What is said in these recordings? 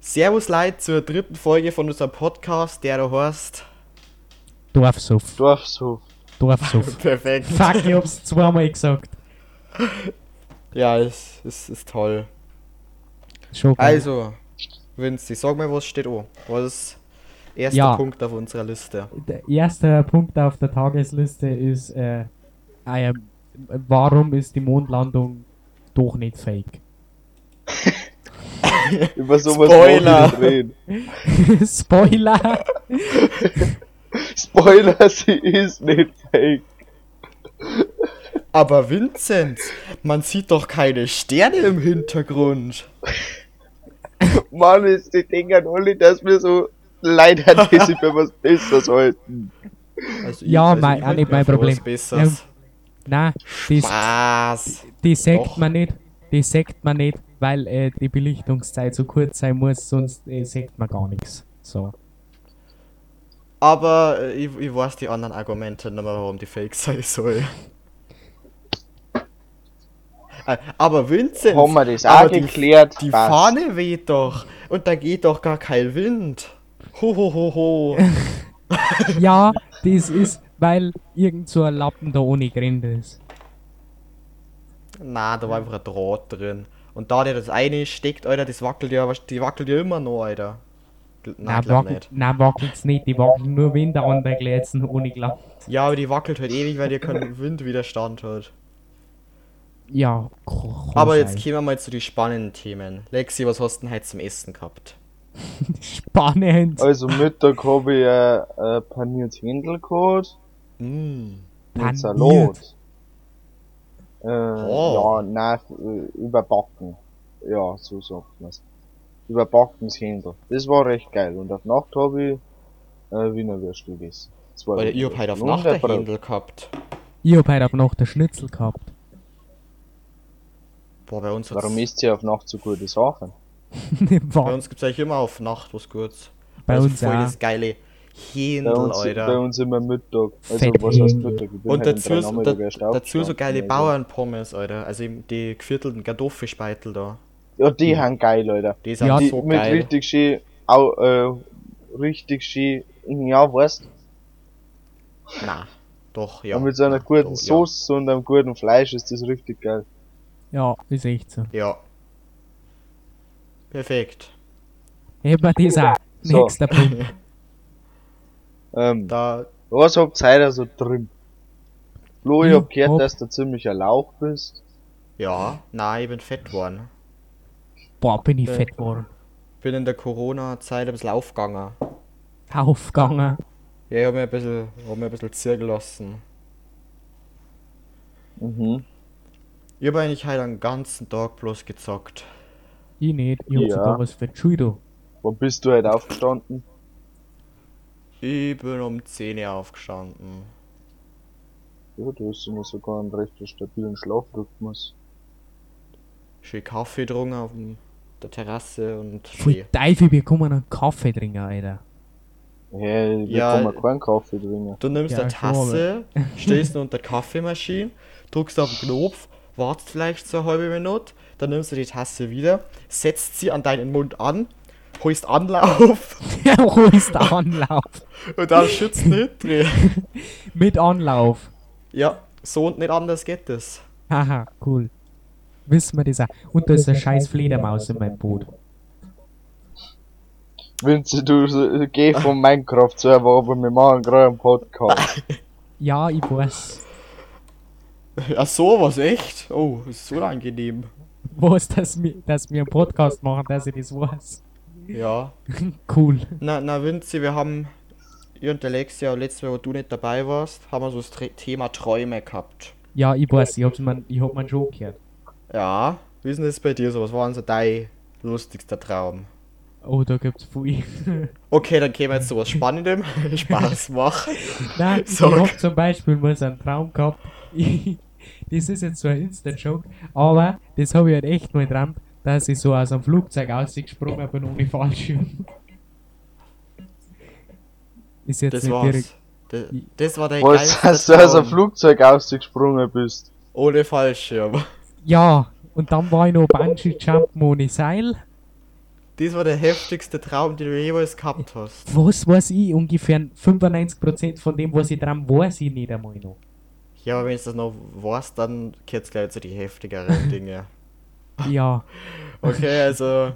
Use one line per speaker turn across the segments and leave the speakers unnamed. Servus Leute zur dritten Folge von unserem Podcast, der da heißt
Dorfsuff.
Dorfshof.
Dorfsuff.
Perfekt.
Fuck, ich hab's zweimal gesagt.
Ja, es, es ist toll.
Schon geil.
Also, Vinci, sag mal, was steht an. Was ist erster
Ja.
Punkt auf unserer Liste?
Der erste Punkt auf der Tagesliste ist, äh, äh, warum ist die Mondlandung doch nicht fake?
Über sowas
Spoiler.
wollen wir nicht
Spoiler!
reden. Spoiler, sie ist nicht fake.
Aber Vinzenz, man sieht doch keine Sterne im Hintergrund.
Mann, ist die Dinger alle, dass wir so leid hat, die sich für was Besseres halten.
Also
Ja,
also
mein- auch
halt
nicht
mir
mein
für was
Problem.
Besseres.
Nein, die,
Was?
die sagt
doch.
man nicht. Die sagt man nicht, weil äh, die Belichtungszeit so kurz sein muss, sonst äh, sagt man gar nichts. So.
Aber äh, ich, ich weiß die anderen Argumente nicht mehr, warum die fake sein soll. Äh, Aber Vinzenz,
Haben wir das
aber
auch
die-
geklärt?
Die
Passt.
Fahne weht doch und da geht doch gar kein Wind. Ho ho ho ho.
Ja, das ist, weil irgend so ein Lappen da ohne Grinde ist.
Na, da war einfach ein Draht drin. Und da der das eine steckt, Alter, das wackelt ja, wahrsch- die wackelt ja immer noch, Alter. Gl- Nein,
Nein,
glaub
wackel,
nicht.
nein wackelt's nicht. Die wackeln nur, wenn der andere glätzen ohne Glatt.
Ja, aber die wackelt halt ewig, weil die keinen Windwiderstand hat.
Ja, kann
Aber
sein.
jetzt gehen wir mal zu den spannenden Themen. Lexi, was hast du denn heute zum Essen gehabt?
Spannend.
Also, Mittag habe ich äh, äh, paniertes Händel geholt.
Mm.
Paniert.
Mit Salat. Äh,
Oh.
Ja, nein, äh, überbacken. Ja, so sagt man es. Überbackenes Händel. Das war recht geil. Und auf Nacht habe ich äh, Wiener Würstel gegessen. Zwei
Weil
Wiener
ihr habt heute auf
Würstel und
Nacht
ein Brot.
ein Händel gehabt.
Ich hab heute auf Nacht der Schnitzel gehabt.
Boah, bei uns hat's-
Warum isst ihr auf Nacht so gute Sachen?
Bei
War
uns gibt's eigentlich immer auf Nacht was kurz.
Bei
das ist
uns
voll
auch.
das geile
Bei
Händel,
uns,
Alter.
bei uns immer Mittag. Also
Fett
was heißt
Händel.
Mittag? Ich bin
Und
halt um
dazu,
drei
so-
Nachmittag
da,
erst
dazu so
aufgestanden,
geile
also.
Bauernpommes, Alter. Also eben die geviertelten Kartoffelspeitel da.
Ja, die haben geil, Leute.
Die sind
Ja,
die
so
mit
geil.
richtig schön, au, äh, richtig schön, ja, weißt
Na, doch, ja.
und mit so einer
Na,
guten
doch,
Soße und einem guten Fleisch ist das richtig geil.
Ja, ist echt so.
Ja. ja. Perfekt.
Hätten wir das auch.
So.
Nächster Punkt.
Ähm,
Da,
was habt ihr da so drin? Flo, ich
Ich
hab gehört,
hab-
dass du ziemlich ein Lauch bist.
ja, nein, ich bin fett geworden.
Boah, bin ich
Ja.
fett geworden.
Bin in der Corona-Zeit ein bisschen aufgegangen.
Aufgegangen.
Ja, ich hab mir ein bisschen, hab mir ein bisschen ziehen gelassen.
Mhm.
Ich hab eigentlich halt den ganzen Tag bloß gezockt.
Ich nicht. Ich hab
Ja.
sogar was für Judo.
Wann bist du halt aufgestanden?
Ich bin um 10 Uhr aufgestanden.
Ja, du hast immer sogar einen recht stabilen Schlafrhythmus.
Schön Kaffee getrunken auf dem, der Terrasse und
Voll
schön.
Teufel, wir kommen einen Kaffee trinken, Alter.
Hey, wir
Ja,
ja, äh, können keinen Kaffee trinken.
Du nimmst
Ja,
eine
schon, aber-
Tasse, stellst ihn unter die Kaffeemaschine, drückst auf den Knopf, wartest vielleicht so eine halbe Minute, dann nimmst du die Tasse wieder, setzt sie an deinen Mund an, holst Anlauf
Wo ist der Anlauf?
und dann schützt nicht drin.
Mit Anlauf.
Ja, so und nicht anders geht das.
Haha, cool. Wissen wir das auch. Und da ist eine scheiß Fledermaus in meinem Boot.
Vinzi, du so- geh vom Minecraft-Server, aber wir machen gerade einen Podcast.
Ja, ich weiß.
Ach so, was echt? Oh, das ist unangenehm.
Was, dass wir, dass wir einen Podcast machen, dass ich das weiß.
Ja.
Cool.
Na, na Vinzi, wir haben, ihr und der Lexi, ja, letztes Mal, wo du nicht dabei warst, haben wir so das Tre- Thema Träume gehabt.
Ja, ich weiß, ich hab's mein, ich hab meinen Joke gehört.
Ja, wie ist denn das bei dir so? Was war denn so dein lustigster Traum?
Oh, da gibt's viel.
Okay, dann kämen wir jetzt zu was Spannendem. Spaß mach.
Nein,
Sag.
ich hab zum Beispiel mal so einen Traum gehabt. Ich, das ist jetzt so ein Instant-Joke, aber das habe ich halt echt mal geträumt, dass ich so aus einem Flugzeug ausgesprungen bin ohne Fallschirm. Ist jetzt
Das
nicht
war's.
direkt.
Das, das war dein
Was,
geilster
dass du also aus einem
Traum.
Flugzeug ausgesprungen bist?
Ohne Fallschirm.
Ja, und dann war ich noch Bungee Jump ohne Seil.
Das war der heftigste Traum, den du jemals gehabt hast.
Was weiß ich? Ungefähr 95% von dem, was ich dran weiß ich nicht einmal noch.
Ja, aber wenn du das noch warst, dann gehört's gleich zu den heftigeren Dinge. Ah.
Ja,
Okay, also.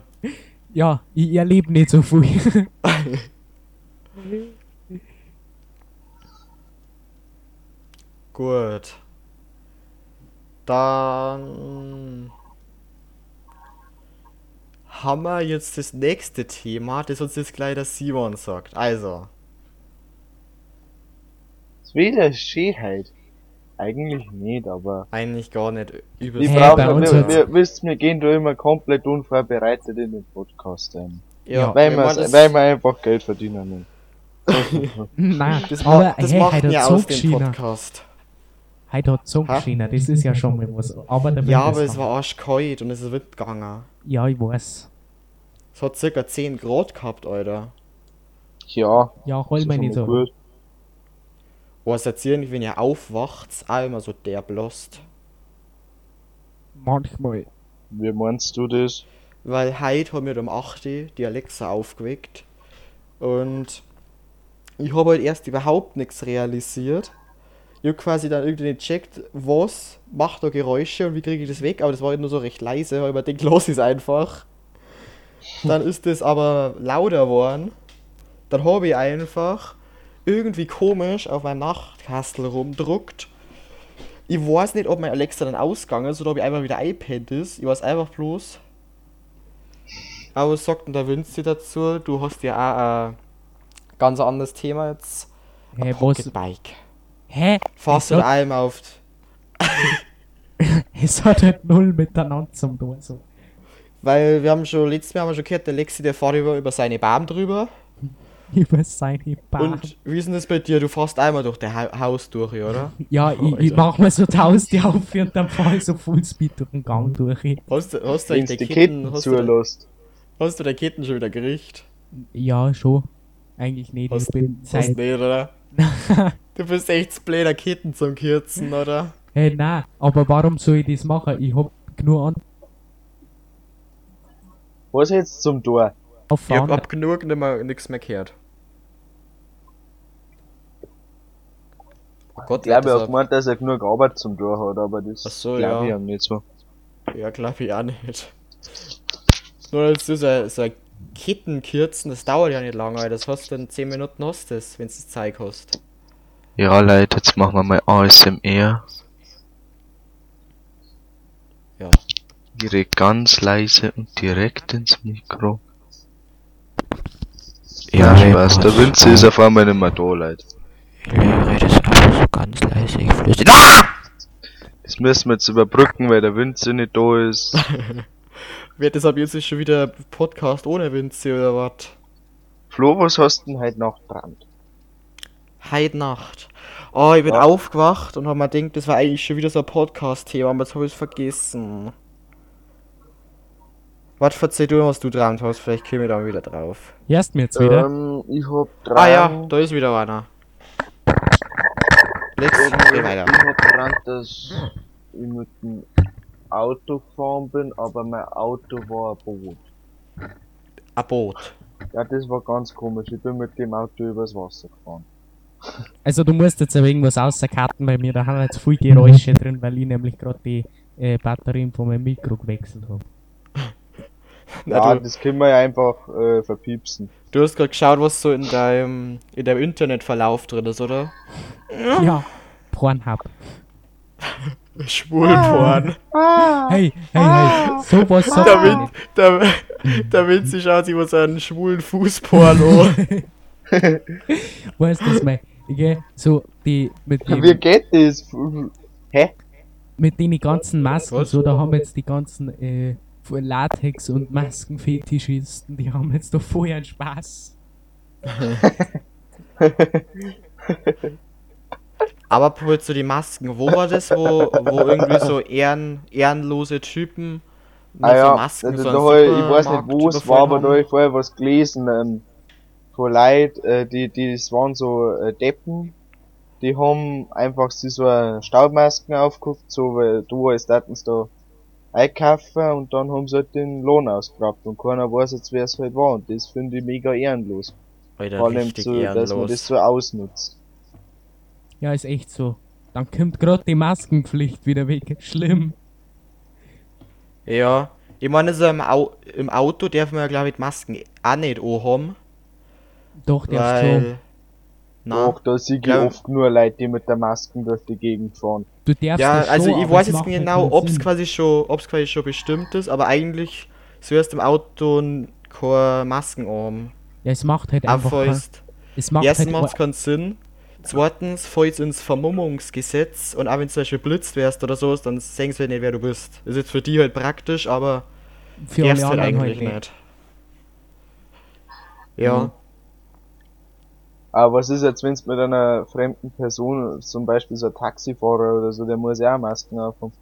ja, ich erlebe nicht so viel.
Gut. Dann haben wir jetzt das nächste Thema, das uns jetzt gleich der Simon sagt. Also,
Ist wieder Schönheit. Eigentlich nicht, aber.
eigentlich gar nicht übel.
Ich
Hä,
brauch,
bei
wir,
uns
wir,
hat's-
wir, wisst, wir gehen da immer komplett unvorbereitet in den Podcast ein.
ja,
Weil,
ich
wir,
mein, das,
weil wir einfach Geld verdienen. wollen.
Nein,
das,
aber
ma das
hey,
macht
heute
mir
hat
aus dem
Zugschienen.
Podcast.
Heute hat
Hä?
Zugschienen, das ist ja schon mal was. Aber der
Ja,
Wind ist
aber es
da.
war arschkalt und es ist windgegangen.
Ja, ich weiß.
Es hat circa 10 Grad gehabt, Alter.
Ja,
Ja,
ist
hol mir
schon
nicht so.
mal gut.
Was jetzt irgendwie, wenn ihr aufwacht, auch immer so derblost.
Manchmal.
Wie meinst du das?
Weil heute haben wir um 8 Uhr die Alexa aufgeweckt. Und ich habe halt erst überhaupt nichts realisiert. Ich habe quasi dann irgendwie nicht gecheckt, was macht da Geräusche und wie kriege ich das weg. Aber das war halt nur so recht leise, weil man denkt, los ist einfach. Dann ist das aber lauter geworden. Dann habe ich einfach irgendwie komisch auf meinem Nachtkastel rumdruckt. Ich weiß nicht, ob mein Alexa dann ausgegangen ist oder ob ich einfach wieder iPad ist. Ich weiß einfach bloß, aber was sagt denn der Winzi dazu? Du hast ja auch ein ganz anderes Thema jetzt.
Hä, hey, was?
Pocketbike.
Hä?
Fährst du
Es
da
hat,
einmal auf.
es hat halt null miteinander zum tun. So.
Weil wir haben schon letztes Mal haben wir schon gehört, der Lexi, der fährt über, über seine Bahn drüber.
Über seine Bahn.
Und wie ist denn das bei dir? Du fährst einmal durch der ha Haus durch, oder?
ja, ich, ich
Alter.
mach mir so tausend auf und dann fahr ich so Fullspeed durch den Gang durch.
Hast du, hast du
Wenn
eigentlich
die
der
Ketten
Ketten, hast du, der-
zulässt.
hast du der Ketten schon wieder gericht?
Ja, schon. Eigentlich nicht.
Hast-
ich bin
Hast
seit.
du nicht, oder? Du bist echt zu blöd, der Ketten zum Kürzen, oder?
Hey, nein, aber warum soll ich das machen? Ich hab genug
Was jetzt zum Tor?
Ich hab,
angefahren.
hab genug nicht mehr, nichts mehr gehört. Oh Gott,
Ich glaube,
das
er
hat-
hat gemeint, dass er genug Arbeit zum Tor hat, aber das
Ach so,
glaub
ja.
ich ihm nicht so.
Ja, glaub ich auch nicht. Nur als du so, ein- so ein Kettenkürzen, das dauert ja nicht lange, Alter. das hast du in 10 Minuten hast du es, wenn du Zeit hast.
Ja Leute, jetzt machen wir mal ASMR.
Ja.
Ich red ganz leise und direkt ins Mikro. Ja, Ja, red Spaß, der ruhig.
Winz ist auf einmal nicht mehr da, Leute.
Ich rede es aber so ganz leise, ich flüstere.
Das müssen wir jetzt überbrücken, weil der Winz nicht da ist.
Wer deshalb jetzt ist schon wieder Podcast ohne Winzi oder was?
Flo, was hast du denn heute noch dran?
Heid Nacht. Oh, ich bin
Ja.
aufgewacht und hab mir gedacht, das war eigentlich schon wieder so ein Podcast-Thema, aber jetzt hab ich's vergessen. Was verzeih du, was du dran hast? Vielleicht käme ich dann wieder drauf.
Hörst mir jetzt wieder?
Ähm, ich hab dran.
Ah ja, da ist wieder einer. Lex, geh weiter.
ähm, Ich hab dran, dass ich mit dem Auto gefahren bin, aber mein Auto war ein Boot.
Ein Boot.
Ja, das war ganz komisch. Ich bin mit dem Auto übers Wasser gefahren.
Also du musst jetzt aber irgendwas außerkarten bei mir, da haben jetzt viel Geräusche drin, weil ich nämlich gerade die äh, Batterien von meinem Mikro gewechselt habe.
Na,
Ja,
du,
das können wir ja einfach äh, verpiepsen.
du hast gerade geschaut, was so in deinem, in deinem Internetverlauf drin ist, oder?
Ja. Pornhub.
Schwul worden.
Hey, hey, hey, sowas sagt
Der,
man
Win
nicht.
der, der Winzi schaut sich was einen schwulen Fußporn an.
Weißt du, das mein, gell, so die, mit
Wie
den,
geht das? Hä?
mit den ganzen Masken,
Was?
so, da haben jetzt die ganzen äh, Latex- und Maskenfetischisten, die haben jetzt da voll einen Spaß.
Aber apropos zu den Masken, wo war das, wo, wo irgendwie so ehren, ehrenlose Typen mit
Ah ja,
Masken
also
so
da
einen
hab ich, ich weiß nicht
Supermarkt
wo es war, aber
überfallen
da
haben?
habe ich vorher was gelesen. Ähm, von Leuten, äh, die, die das waren so äh, Deppen, die haben einfach sich so eine Staubmasken aufgeguckt, so weil du als Datens da einkaufen und dann haben sie halt den Lohn ausgeraubt und keiner weiß jetzt, wer es halt war und das finde ich mega ehrenlos.
Alter,
Vor allem,
richtig
so, dass man das
ehrenlos.
so ausnutzt.
Ja, ist echt so. Dann kommt gerade die Maskenpflicht wieder weg. Schlimm.
Ja. Ich meine, so im, Au im Auto dürfen wir, glaube ich, die Masken auch nicht anhaben.
Doch, der ist schon.
Weil. Nein.
Doch, da sehe ich
Ja.
oft nur Leute, die mit der Masken durch die Gegend fahren.
Du darfst
Ja,
das
also
schon,
ich
aber
weiß
es
jetzt
macht
nicht
halt
genau,
keinen
ob es
Sinn.
quasi schon, ob's quasi schon bestimmt ist, aber eigentlich sollst du im Auto n- keine Masken haben.
Ja, es macht halt einfach.
Einfach
keinen-
ist.
Es macht
Erstens
halt.
macht es keinen Sinn. Zweitens fällt es ins Vermummungsgesetz und auch wenn du zum Beispiel blitzt wärst oder sowas, dann sehen sie halt nicht, wer du bist. Ist jetzt für die halt praktisch, aber
für alle
erst halt
anderen
eigentlich
halt nicht.
nicht. Ja,
Mhm. Aber was ist jetzt, wenn es mit einer fremden Person, zum Beispiel so ein Taxifahrer oder so, der muss ja auch Masken aufhaben.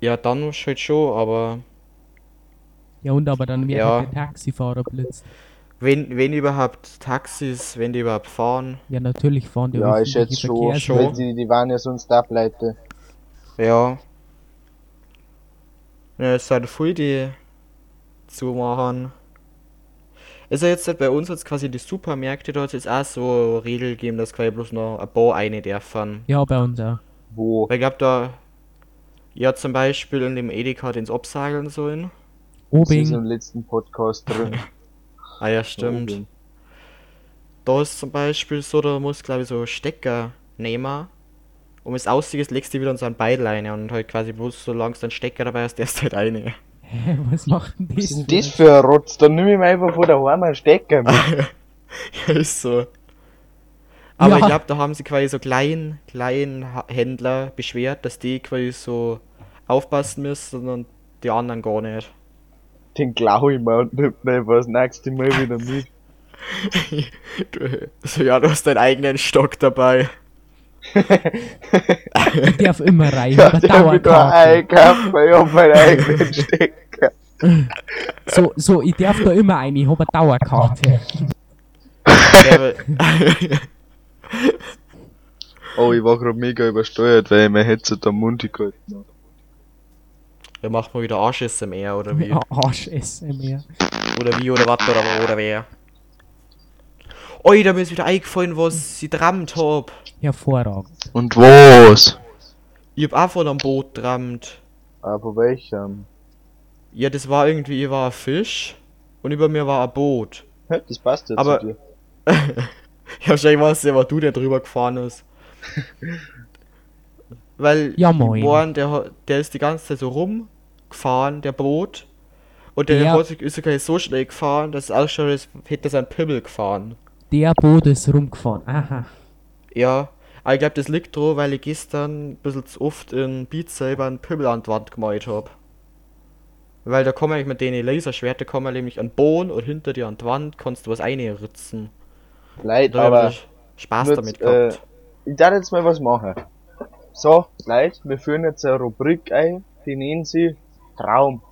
ja, dann halt schon, aber
Ja, und aber dann wird
Ja.
halt der Taxifahrer blitzt.
wenn, wenn überhaupt Taxis, wenn die überhaupt fahren,
Ja, natürlich fahren die
Ja, ich
öffentliche
schätze schon,
Verkehrs-
schon.
weil die, die waren ja sonst da pleite.
ja. Ja, es sind voll die zumachen. Ist ja jetzt halt bei uns jetzt quasi die Supermärkte, da hat es jetzt auch so Regel gegeben, dass quasi bloß noch ein paar eine dürfen.
Ja, äh, bei uns auch.
Wo?
Weil ich glaube da, ja zum Beispiel in dem Edeka den absageln sollen.
Das ist im
Obing,
letzten Podcast drin.
Ah ja, stimmt.
Obing.
Da ist zum Beispiel so, da musst glaube ich so Stecker nehmen. Und das Aussehen ist, legst du die wieder in so ein Beileine und halt quasi bloß solange es ein Stecker dabei ist, der ist halt eine.
hä, was macht denn
Was
das?
ist denn das für ein Rotz? Dann nimm ich mir einfach von daheim einen Stecker mit.
ja, ist so. Aber
Ja.
ich glaube, da haben sie quasi so kleinen, kleinen Ha- Händler beschwert, dass die quasi so aufpassen müssen und die anderen gar nicht.
Den klau ich mir und nimm mir was nächste Mal wieder mit.
Du- so, ja, du hast deinen eigenen Stock dabei.
Ich darf immer rein,
Ja,
aber
der hab ich da
Dauerkarte.
einkauft, weil ich hab meinen eigenen Stecker.
So, so, ich darf da immer rein, ich habe eine Dauerkarte.
Ja, aber-
Oh, ich war grad mega übersteuert, weil ich mein Headset am Mund gehalten hab.
Ja, macht man wieder Arsches im Meer oder wie?
Ja, Arsch SMR.
Oder wie oder was oder oder wer? Oi, da mir ist wieder eingefallen, was ich drammt hab.
Hervorragend.
Und was?
Ich hab auch von einem Boot drammt.
Aber welchem?
Ja, das war irgendwie, ich war ein Fisch und über mir war ein Boot.
Hä, Das passt jetzt
Aber-
zu dir.
Ja, wahrscheinlich war es ja, war du, der drüber gefahren ist. Weil
Ja, moin.
Born, der, ha- der ist die ganze Zeit so rumgefahren, der Boot. Und der
Ja.
hat sich- ist sogar so schnell gefahren, dass es ausschaut, als hätte er seinen Pimmel gefahren.
Der Boot ist rumgefahren. Aha.
Ja, aber ich glaube, das liegt dran, weil ich gestern ein bisschen zu oft in Beat Saber einen Pöbel an die Wand gemalt hab. Weil da kann man nämlich mit den Laserschwerte kann man nämlich an den Boden und hinter dir an die Wand kannst du was einritzen.
Leid,
Da hab
aber.
ich Spaß
nur,
damit
äh,
gehabt.
ich darf jetzt mal was machen. So, Leute, wir führen jetzt eine Rubrik ein, die nennen sie Traum.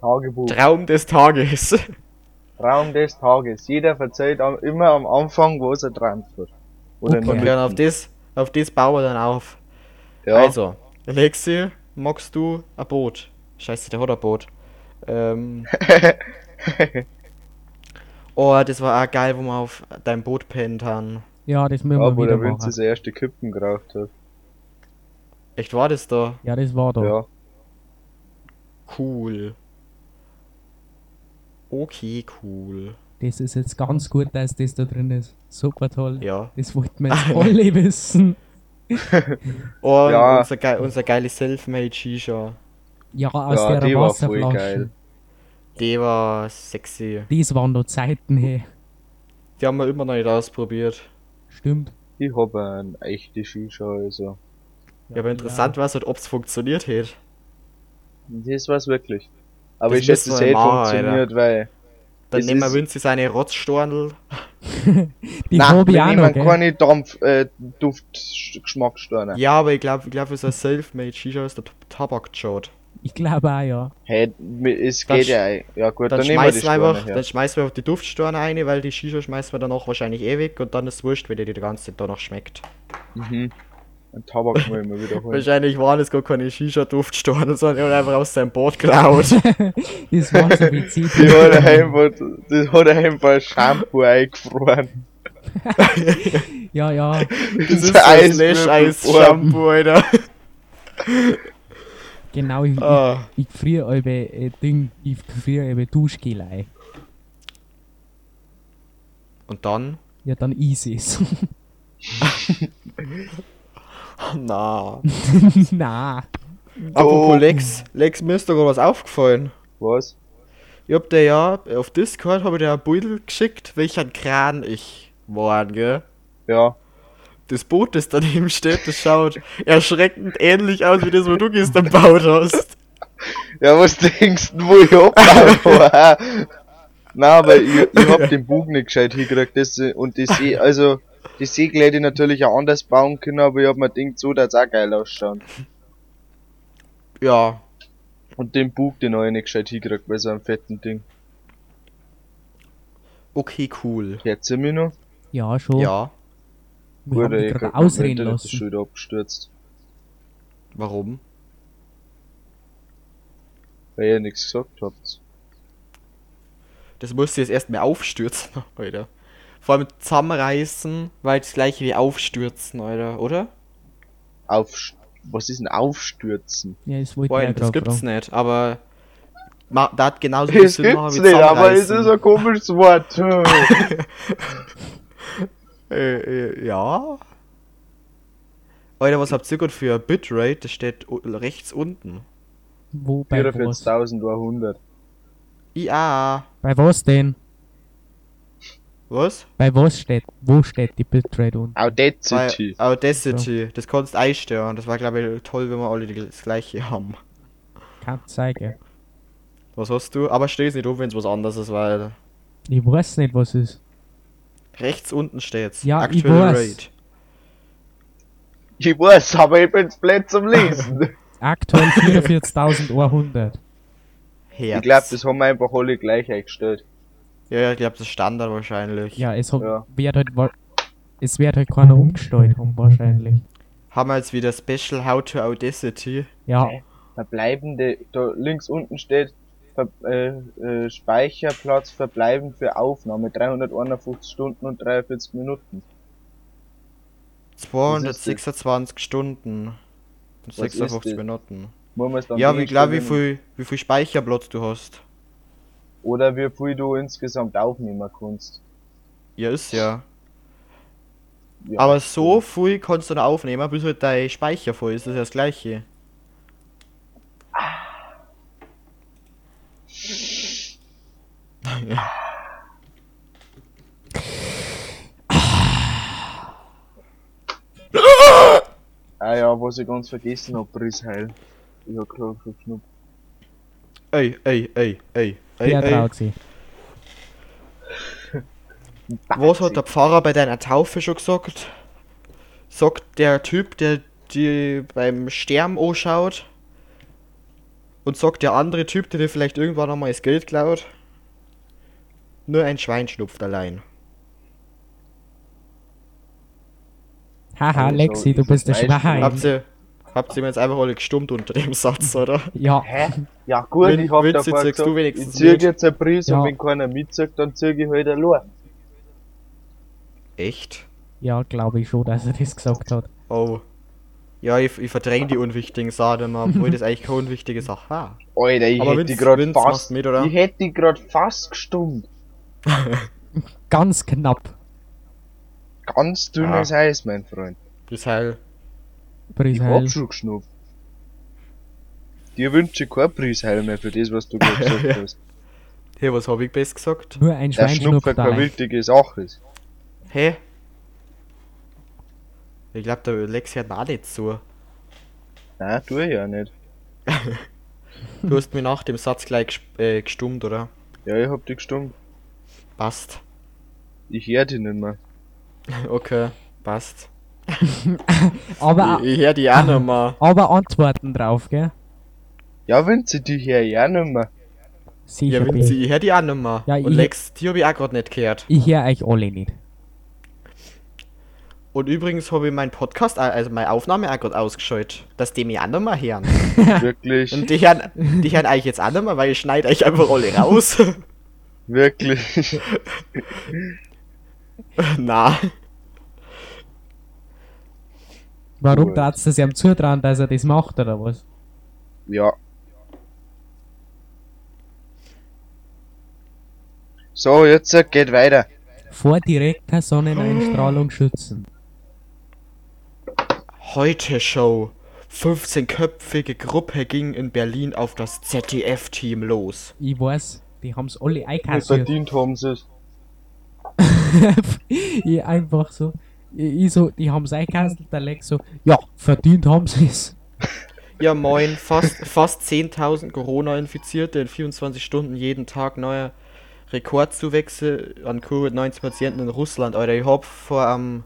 Tagebuch.
Traum des Tages.
Traum des Tages. Jeder erzählt am, immer am Anfang, was er träumt hat. Oder
Okay.
Und
nicht.
dann auf das, auf das bauen wir dann auf.
Ja,
Also, Lexi, magst du ein Boot? Scheiße, der hat ein Boot. Ähm. oh, das war auch geil, wo wir auf deinem Boot pennt haben.
Ja, das müssen
ja,
wir
wo
wieder
der Vince
machen.
das erste Kippen geraucht hat.
Echt war das da?
Ja, das war da.
Ja.
Cool. Okay, cool.
Das ist jetzt ganz gut, dass das da drin ist. Super toll.
Ja.
Das wollten wir jetzt alle wissen.
Oh, Und
Ja.
Unser, ge unser geiles Selfmade Shisha.
Ja, aus
ja,
der
die war voll
Wasserflasche.
geil.
Die war sexy.
Das waren noch Zeiten, hey.
Die haben wir immer noch nicht ausprobiert.
Stimmt.
Ich hab ein echte Shisha, also.
Ja, aber interessant war's halt, ob's funktioniert hätte.
Das war's wirklich. Aber
Das
ich schätze,
müssen
es
wir
hätte
machen,
funktioniert, weil.
Dann
Das
nehmen wir
ist-
Winzi seine Rotzstornel.
Die
Nein,
habe ich
wir
auch
nehmen
noch, gell?
keine Dampf, äh, Duftgeschmackssteine.
Ja, aber ich glaube, ich glaub, für so ein Selfmade Shisha ist der T- Tabak geschaut.
Ich glaube auch, ja.
Hey, mi- es
Dann
geht
sch-
ja ein. Ja gut, dann,
Dann,
nehmen wir die
schmeißen wir einfach,
Steine her.
dann schmeißen wir einfach die Duftstorne rein, weil eh die Shisha schmeißen wir danach wahrscheinlich ewig und dann ist wurscht, wenn die die ganze Zeit danach schmeckt.
Mhm. Ein Tabak mal immer wiederholen.
Wahrscheinlich waren es gar keine Shisha-Duftstoffe, sondern er hat einfach aus seinem Boot geklaut.
Das war so wie Ziti.
Die hat er einfach, das hat er einfach ein Shampoo eingefroren.
Ja, ja.
das
ist
ist
ein
ein Slash-Eis-Shampoo, Alter.
Genau, ich,
Ah.
ich, ich friere eure äh, Ding, ich friere eure Duschgel ein.
Und dann?
Ja, dann easy es.
Na.
Na.
Oh.
Apropos Lex. Lex, mir ist da gerade was aufgefallen.
Was?
Ich hab dir ja, auf Discord habe ich dir ein Bild geschickt, welchen Kran ich war, gell?
Ja.
Das Boot, das daneben steht, das schaut erschreckend ähnlich aus wie das, wo du gestern gebaut hast.
Ja, was denkst du, wo ich abgebaut war? Nein, aber ich, ich hab den Bug nicht gescheit hingekriegt. Das, und die See, also, die Segel hätte ich natürlich auch anders bauen können, aber ich hab mir gedacht, so dass auch geil ausschauen.
Ja,
Und den Bug, den hab ich nicht gescheit hingekriegt bei so einem fetten Ding.
okay, cool.
Hört ihr mich noch?
Ja, schon.
Ja,
Wir haben
ey,
dich
ich
gerade
hab mein
ausreden
Internet ist schon
lassen.
wieder abgestürzt.
warum?
Weil ihr nichts gesagt habt.
Das musste jetzt erstmal aufstürzen, Alter. Vor allem zusammenreißen war jetzt das gleiche wie aufstürzen, Alter, oder?
Auf, was ist denn aufstürzen?
Ja, das wollte ich ja
Boah, das
gerade
gibt's
fragen.
nicht, aber ma- da hat genauso viel
Das
Sinn machen
gibt's
wie
nicht, aber es
zusammenreißen.
ist ein komisches Wort.
Äh, äh, ja. Alter, was habt ihr gerade für ein Bitrate? Das steht u- rechts unten.
Wo, bei was?
44.100.
IA.
Bei was denn?
Was?
Bei was steht? Wo steht die Bitrate unten?
Audacity.
Bei Audacity. Das konntest du einstellen. Das war, glaube ich, toll, wenn wir alle die- das gleiche haben.
Kann zeigen.
Was hast du? Aber steh's nicht um, wenn's was anderes war, Alter.
Ich weiß nicht, was ist.
Rechts unten steht's.
Ja, ich
Aktuelle
weiß.
Rate.
Ich weiß, aber ich bin's blöd zum Lesen.
Aktuell 44.100.
Herz.
ich glaube, das haben wir einfach alle gleich eingestellt.
ja, ja, ich glaube, das ist Standard wahrscheinlich.
Ja, es hat,
Ja.
wird halt, wa- es wird halt keiner umgestellt haben, wahrscheinlich.
Haben wir jetzt wieder Special How to Audacity.
Ja,
Verbleibende, da links unten steht Ver, äh, äh, Speicherplatz verbleiben für Aufnahme 351 Stunden und 43 Minuten.
226 Stunden. Und
Was ist
56
das?
Minuten.
Muss man es dann
Ja, wie klar, wie
hinstellen?
viel, wie viel Speicherplatz du hast.
Oder wie viel du insgesamt aufnehmen kannst.
Ja, ist ja.
Ja.
Aber so viel kannst du noch aufnehmen, bis halt dein Speicher voll ist. Das ist ja das Gleiche.
Ah ja, was ich ganz vergessen hab, Brissheil. Ich hab gerade verschnuppt.
Ey, ey, ey, ey. Ey,
der
ey.
traut sich.
Was hat der Pfarrer bei deiner Taufe schon gesagt? Sagt der Typ, der dir beim Sterben anschaut. Und sagt der andere Typ, der dir vielleicht irgendwann einmal das Geld klaut. Nur ein Schwein schnupft allein.
Haha,
Also,
Lexi, du
dieses
bist der
Beispiel-
Habt
Schwein.
ihr, habt ihr mir jetzt einfach alle gestummt unter dem Satz, oder?
Ja,
Hä? Ja gut,
Wenn-
ich hab
wenn's
davor
jetzt sagst, du
gesagt, ich
wenigstens
zieh
mit.
jetzt ein Briss
Ja.
und wenn keiner mitzieht, dann zieh ich halt allein.
Echt?
ja, glaube ich schon, dass er das gesagt hat.
Oh. Ja, ich, ich verdräng die unwichtigen Sachen mal, obwohl das eigentlich keine unwichtige Sache war.
Alter, ich
Aber
hätte
wenn's-
die grad
wenn's machst
fast.
du mit, oder?
Ich hätte die grad fast gestummt.
Ganz knapp,
Ganz dünnes Eis, mein Freund.
Das Heil.
Ich
Brisheil.
hab schon geschnupft. Dir wünsche ich kein Brissheil mehr für das, was du gerade gesagt hast.
Hey, was hab ich best gesagt?
Nur ein
Der
Schwein
Schnupfer
schnupft
keine
allein.
wildige Sache ist.
Hä? Ich glaub, der Lex hört auch nicht zu.
Nein, tu ich ja nicht.
Du hast mir nach dem Satz gleich gesp- äh, gestummt, oder?
Ja, ich hab dich gestummt.
Passt.
Ich hör dich nicht mehr.
Okay, passt.
Aber,
Ich, ich hör die auch nochmal.
aber Antworten drauf, gell?
Ja, Winzi, dich hör ich auch nicht mehr.
Sicher
Ja,
bin
Winzi, ich hör die auch nochmal.
Ja,
Und
ich-
Lex, die hab ich auch grad nicht gehört.
Ich höre euch alle nicht.
Und übrigens habe ich meinen Podcast, äh, also meine Aufnahme auch gerade ausgeschaltet, dass die mich auch noch mal hören.
Wirklich,
Und die hören, die hören eigentlich jetzt auch noch mal, weil ich schneide euch einfach alle raus.
wirklich.
Na,
Warum
Gut.
darfst du es ihm zutrauen, dass er das macht oder was?
Ja. So, jetzt äh, geht weiter.
Vor direkter Sonneneinstrahlung schützen.
heute Show. 15-köpfige Gruppe ging in Berlin auf das ZDF-Team los.
Ich weiß, die haben es alle einkassiert.
Verdient haben sie es.
ich einfach so. Ich, ich so, die haben es eingekasselt, der Lex so, ja, verdient haben sie es.
Ja moin, fast, fast 10.000 Corona-Infizierte in 24 Stunden jeden Tag neue Rekordzuwächse an Covid-19-Patienten in Russland. Alter, ich hab vor einem,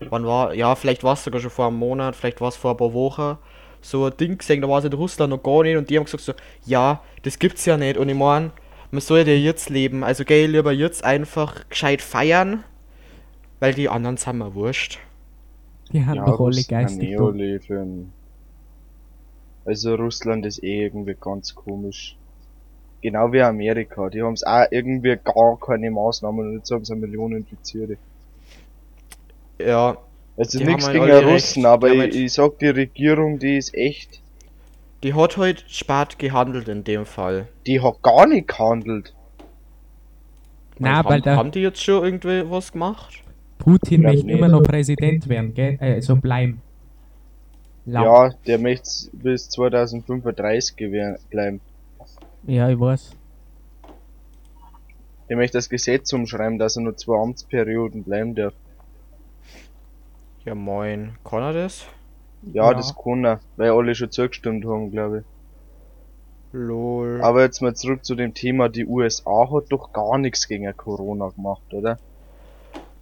wann war, ja, vielleicht war es sogar schon vor einem Monat, vielleicht war es vor ein paar Wochen, so ein Ding gesehen, da war es in Russland noch gar nicht und die haben gesagt so, ja, das gibt's ja nicht und ich mein, man soll ja jetzt leben, also geh lieber jetzt einfach gescheit feiern, weil die anderen sind mir wurscht.
Die haben doch alle
Russland,
geistig. dumm.
Neolithen. Also Russland ist eh irgendwie ganz komisch. Genau wie Amerika. Die haben es auch irgendwie gar keine Maßnahmen und jetzt haben sie eine Million Infizierte.
Ja,
Also
Die
nichts
haben
gegen
alle
Russen,
recht.
aber
Die haben
ich,
halt-
ich sag die Regierung, die ist echt.
die hat heute spart gehandelt in dem Fall.
Die hat gar nicht gehandelt.
Nein,
haben,
weil der-
haben die jetzt schon irgendwie was gemacht?
Putin
Glaub
möchte
nicht.
immer noch Präsident werden, gell? Äh, so bleiben. Lau-
Ja, der möchte bis 2035 gewer- bleiben.
ja, ich weiß.
Der möchte das Gesetz umschreiben, dass er nur zwei Amtsperioden bleiben darf.
Ja moin, kann er das?
Ja,
Ja.
das kann er, weil alle schon zugestimmt haben, glaube ich.
Lol.
Aber jetzt mal zurück zu dem Thema, die USA hat doch gar nichts gegen Corona gemacht, oder?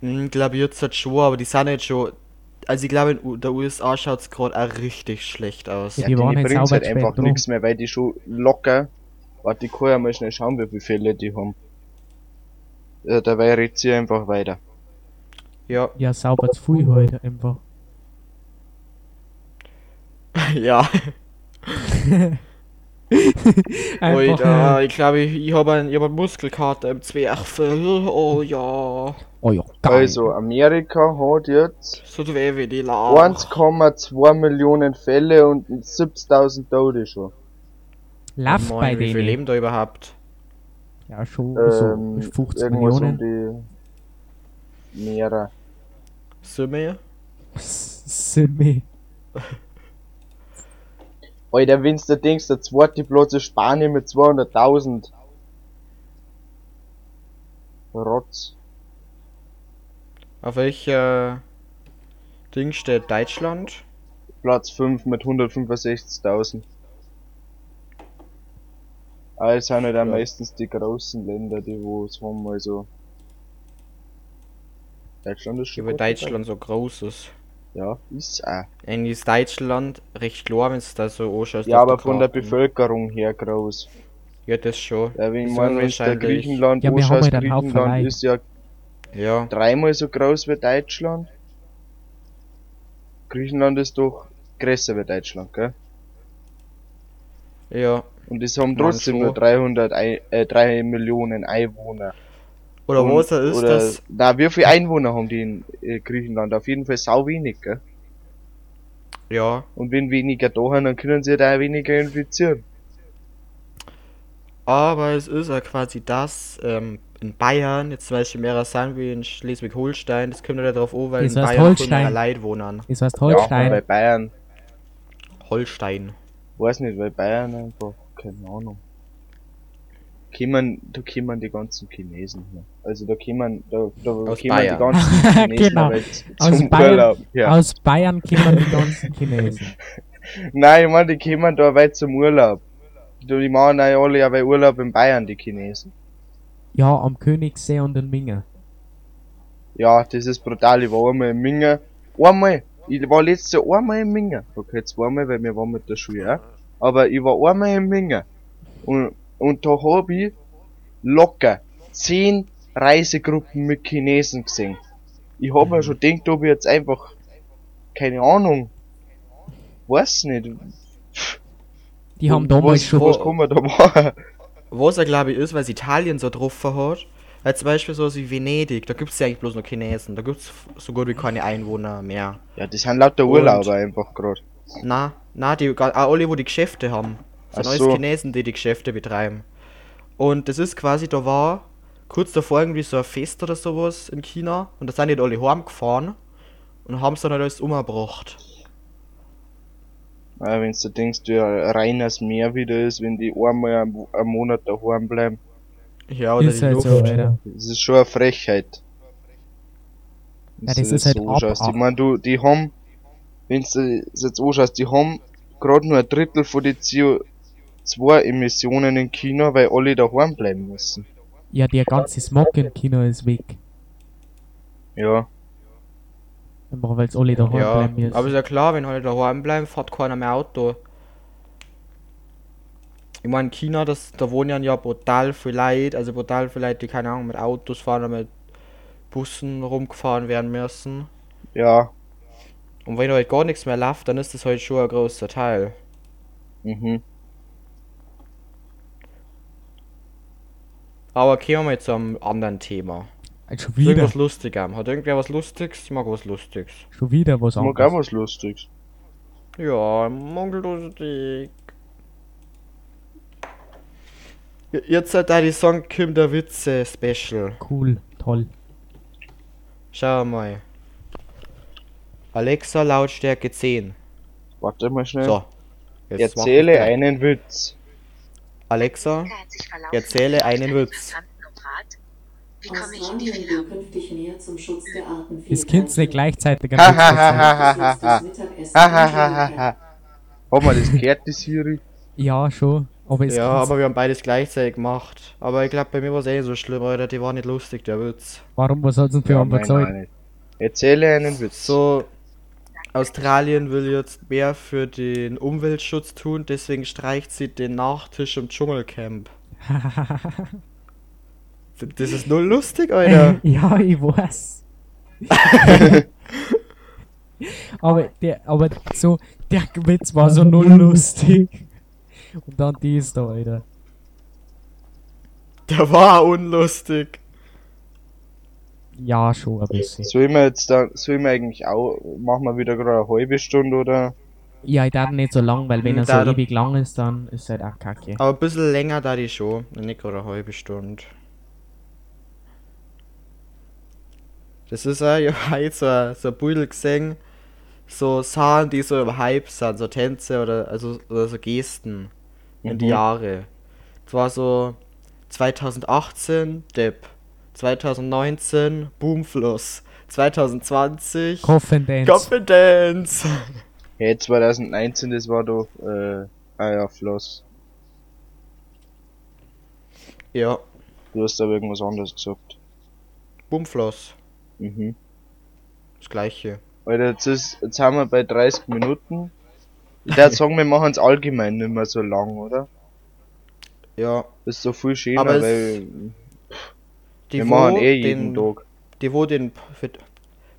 Hm, glaub ich jetzt halt schon, aber die sind jetzt schon. Also ich glaube in U- der USA schaut es gerade auch richtig schlecht aus.
Ja. die waren jetzt
bringt's
sauber
halt
gespielt,
einfach
drum.
nichts mehr, weil die schon locker. Warte, ich kann ja mal schnell schauen, wie viele Fälle die haben. Ja, dabei redet sie einfach weiter.
Ja,
Ja, sauber zu viel heute einfach.
ja.
einfach
Alter,
äh,
ich glaube, ich, ich habe einen, ich hab einen Muskelkater im Zwerchfell. Oh ja.
oh ja, geil.
Also, Amerika hat jetzt
So weh wie die Lauch.
1,2 Millionen Fälle und 70.000 Tote schon.
Lauf bei
Moin, wie viel
denen.
leben da überhaupt?
Ja, schon
Ähm,
so 50
irgendwas
Millionen.
um die mehrere.
Summe?
Simmi.
Alter, wenn's du denkst, der zweite Platz ist Spanien mit 200.000. Rotz.
Auf welcher Ding steht Deutschland?
Platz 5 mit 165.000. Aber es sind halt auch meistens die großen Länder, die wo es haben, also. Deutschland ist schon.
Über
gut
Deutschland so groß ist.
dabei. Ja, ist auch.
Irgendwie ist Deutschland recht klar, wenn es da so anschaust.
Ja,
auf
aber
der
von der
Karte.
Bevölkerung her groß.
Ja, das schon.
Ja, wenn ich
Ist
meine, wenn der
unwahrscheinlich.
Griechenland
Ja, wir haben
anschaust,
halt einen Haufen
Griechenland
Leute.
ist ja
Ja,
dreimal so groß wie Deutschland. Griechenland ist doch größer wie Deutschland, gell?
ja.
Und das haben
Mann,
trotzdem
schon.
nur 300, Ei- äh, 3 Millionen Einwohner.
Oder
Und-
was er ist,
oder-
das.
Na, wie viele Einwohner haben die in äh, Griechenland? Auf jeden Fall sau wenig, gell?
Ja,
Und wenn weniger da haben, dann können sie da auch weniger infizieren.
aber es ist ja quasi das, ähm, in Bayern, jetzt zum Beispiel mehrere sind wie in Schleswig-Holstein, das kommt ja darauf an, weil
Das
in
heißt
Bayern
Holstein.
mehr Leute wohnen.
Das heißt
Ja, bei
Holstein.
Bayern.
Holstein.
Weiß nicht, weil Bayern einfach, keine Ahnung. Kämen, da kämen die ganzen Chinesen hier. Also da kämen, da, da
Aus
kämen
Bayern.
die ganzen Chinesen
Genau.
aber jetzt
Aus
zum
Bayern-
Urlaub. Ja.
Aus Bayern kommen die ganzen Chinesen.
Nein, ich meine, die kämen da weit zum Urlaub. Du, Die machen ja alle aber Urlaub in Bayern, die Chinesen.
Ja, am Königssee und in Minger.
Ja, das ist brutal. Ich war einmal in Minger. Einmal. Ich war letztes Jahr einmal in Minger. Okay, zweimal, weil wir waren mit der Schule auch. Aber ich war einmal in Minger. Und, und da hab ich locker zehn Reisegruppen mit Chinesen gesehen. Ich hab mir schon gedacht, ob ich jetzt einfach. Keine Ahnung. Weiß nicht.
Die haben damals
was,
schon.
Was kann man da machen?
Was er glaube ich ist, weil es Italien so getroffen hat. Weil zum Beispiel sowas wie Venedig, da gibt es ja eigentlich bloß nur Chinesen, da gibt es so gut wie keine Einwohner mehr.
Ja, das sind lauter Urlauber einfach gerade.
Na, na, die ga- auch alle, wo die Geschäfte haben. So
Ach
neues
so.
Chinesen, die die Geschäfte betreiben. Und das ist quasi, da war kurz davor irgendwie so ein Fest oder sowas in China und da sind die alle heimgefahren und haben es dann halt alles umgebracht.
Äh, wenn du denkst, wie ein reines Meer wieder ist, wenn die einmal am, am Monat daheim bleiben.
Ja, oder
ist
die
halt
Luft.
so, Alter.
Das ist schon eine Frechheit. Wenn
Ja,
du
das ist halt
so anschaust.
abartig.
Ich meine, du, die haben, wenn du das jetzt anschaust, die haben gerade nur ein Drittel von den CO2-Emissionen in China, weil alle daheim bleiben müssen.
Ja, der ganze Smog in China ist weg.
Ja,
Einfach weil es alle daheim
Ja,
bleiben müssen.
aber ist ja klar, wenn halt daheim bleiben, fährt keiner mehr Auto. Ich meine, China, das, da wohnen ja brutal viele Leute, also brutal viele Leute, die keine Ahnung, mit Autos fahren oder mit Bussen rumgefahren werden müssen.
ja,
Und wenn halt gar nichts mehr läuft, dann ist das halt schon ein großer Teil.
mhm.
Aber gehen wir mal zu einem anderen Thema.
Ey, Also schon
Zu
wieder.
Irgendwas Lustiges. Hat irgendwer was Lustiges? Ich mag was Lustiges.
Schon wieder was
Ich mag auch
anderes.
was Lustiges.
Ja, mangellustig. Jetzt hat da die Song Kim der Witze Special.
Cool, toll.
Schau mal. Alexa Lautstärke 10.
Warte mal schnell.
So. mach ich
Erzähle
da.
einen Witz.
Alexa,
Er hat sich verlaufen.
Erzähle einen Witz.
Wie
Wie
komme ich in die Fehler?
Künftig näher zum Schutz der Artenvielfalt.
Das Kind's nicht gleichzeitig am
Ha,
Witz
ha,
erzählen.
ha, ha, ha, ha.
Hahaha.
Hahaha. Haben wir das gehört, die Siri?
Ja, schon. Aber es
Ja,
kann's-
aber wir haben beides gleichzeitig gemacht. Aber ich glaube, bei mir war es eh so schlimm, Alter. Die war nicht lustig, der Witz.
warum, was hat's uns für
nein,
andere gesagt?
nein, nicht. Erzähle einen Witz.
So, Australien will jetzt mehr für den Umweltschutz tun, deswegen streicht sie den Nachtisch im Dschungelcamp. D- Das ist nur lustig, Alter.
ja, ich weiß. aber der, aber so, der Witz war so null lustig. Und dann die ist da, Alter.
Der war unlustig.
Ja, schon ein bisschen.
Soll ich mir jetzt da, soll ich mir eigentlich auch, machen wir wieder gerade eine halbe Stunde oder?
Ja, ich darf nicht so lang, weil wenn er
Da-
so ewig lang ist, dann ist halt auch kacke.
Aber ein bisschen länger da die Show. Nicht gerade eine halbe Stunde. Das ist ja, ich hab jetzt so, ein- so ein Pudel gesehen. So Sachen, die so im Hype sind, so Tänze oder, also, oder so Gesten in die
Mhm.
Jahre. Es war so 2018 Depp, 2019 Boomfluss, 2020
Coffin Dance.
Confidence.
Hey, 2019, das war doch, äh, ah ja, Floss.
Ja,
Du hast aber irgendwas anderes gesagt.
Boomfluss,
Mhm.
das gleiche.
Alter, jetzt ist, jetzt haben wir bei 30 Minuten. Ich würde sagen, wir machen es allgemein nicht mehr so lang, oder?
Ja,
Das ist so viel schöner,
Aber es-
weil
die
wir machen
wo
eh jeden
den-
Tag.
die wo den für,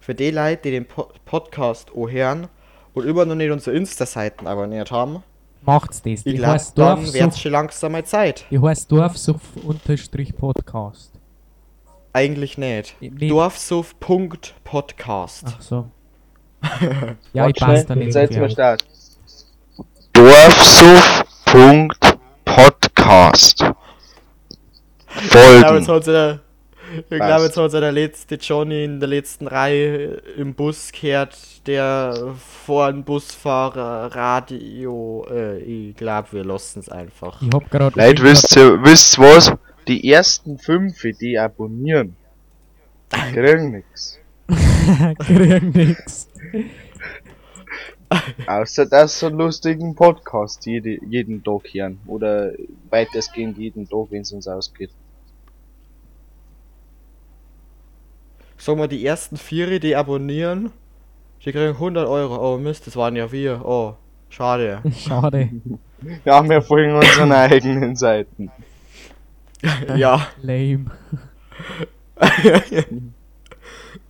für die Leute, die den po Podcast oh hören und immer noch nicht unsere Insta-Seiten abonniert haben,
Macht's das.
ich
Ich
glaube,
heißt
dann wird's
Dorfsuff.
schon langsam mal Zeit.
Ich heißt Dorfsuff unterstrich Podcast.
Eigentlich nicht.
Nee. Ah.
Dorfsuff.podcast.
Ach so. ja, ich
Warte
passe da
schnell,
nicht so
Seid
viel.
mal
auf.
stark.
Dorfsuff.podcast.
Ich glaube, jetzt
Folgen.
hat der, ich glaube,
Passt.
jetzt hat der letzte Johnny in der letzten Reihe im Bus gehört, der vor dem Busfahrer Radio. Äh, ich glaube, wir lassen es einfach.
Ich hab gerade.
Leute, wisst ihr, wisst ihr was?
Die ersten fünf, die abonnieren, kriegen nichts.
Krieg nix.
Außer dass so einen lustigen Podcast jede, jeden Tag hören. Oder weitestgehend jeden Tag, wenn es uns ausgeht.
Sagen wir, die ersten vier, die abonnieren, die kriegen 100 Euro. Oh Mist, das waren ja wir. Oh, schade.
Schade.
Wir haben ja vorhin unsere eigenen Seiten.
ja.
Lame.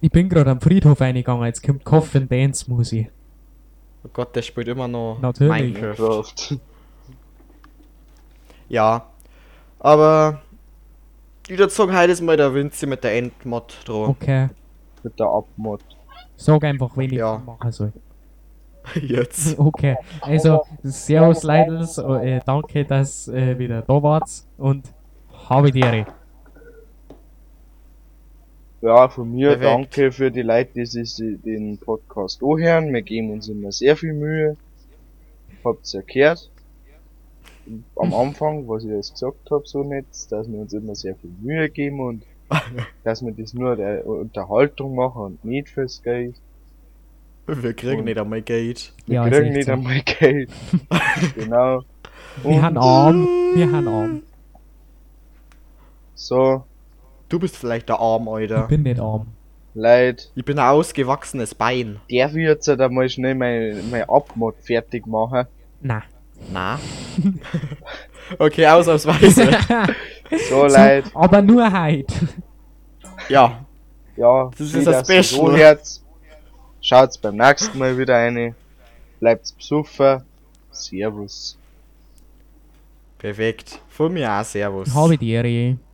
Ich bin gerade am Friedhof eingegangen, jetzt kommt Coffin Dance Musik.
Oh Gott, der spielt immer noch
Natürlich.
Minecraft.
Kraft.
Ja. Aber die dazu heute ist mal der Winzi mit der Endmod dran.
Okay,
Mit der Abmod.
sag einfach, wen ich
Ja.
machen soll. Oh.
Jetzt.
Okay, also Servus Leidels, äh, danke, dass äh, wieder da wart und habe die Ehre.
Ja, von mir
Perfekt.
danke für die Leute, die sich die- den Podcast anhören. Wir geben uns immer sehr viel Mühe. Habt's ja gehört. Am Anfang, was ich jetzt gesagt hab so nicht, dass wir uns immer sehr viel Mühe geben und dass wir das nur der Unterhaltung machen und nicht fürs Geld.
Wir
Oh.
kriegen nicht einmal Geld.
Wir
Ja, also ist
kriegen
echt
nicht
so.
einmal Geld. genau.
Wir haben Arm, wir haben Arm.
so,
Du bist vielleicht der Arm,
Ich
Alter.
bin nicht arm.
Leute,
Ich bin ein ausgewachsenes Bein.
darf ich jetzt halt einmal schnell mein, mein Abmod fertig machen?
Na.
Na? okay, ausnahmsweise.
So, Leute,
Aber nur heute.
ja.
ja,
Das ist
wie
das
ihr
Special.
So hört. Schaut's beim nächsten Mal wieder rein. Bleibt's besoffen. Servus.
Perfekt. Von mir auch Servus.
Habe die Ehre.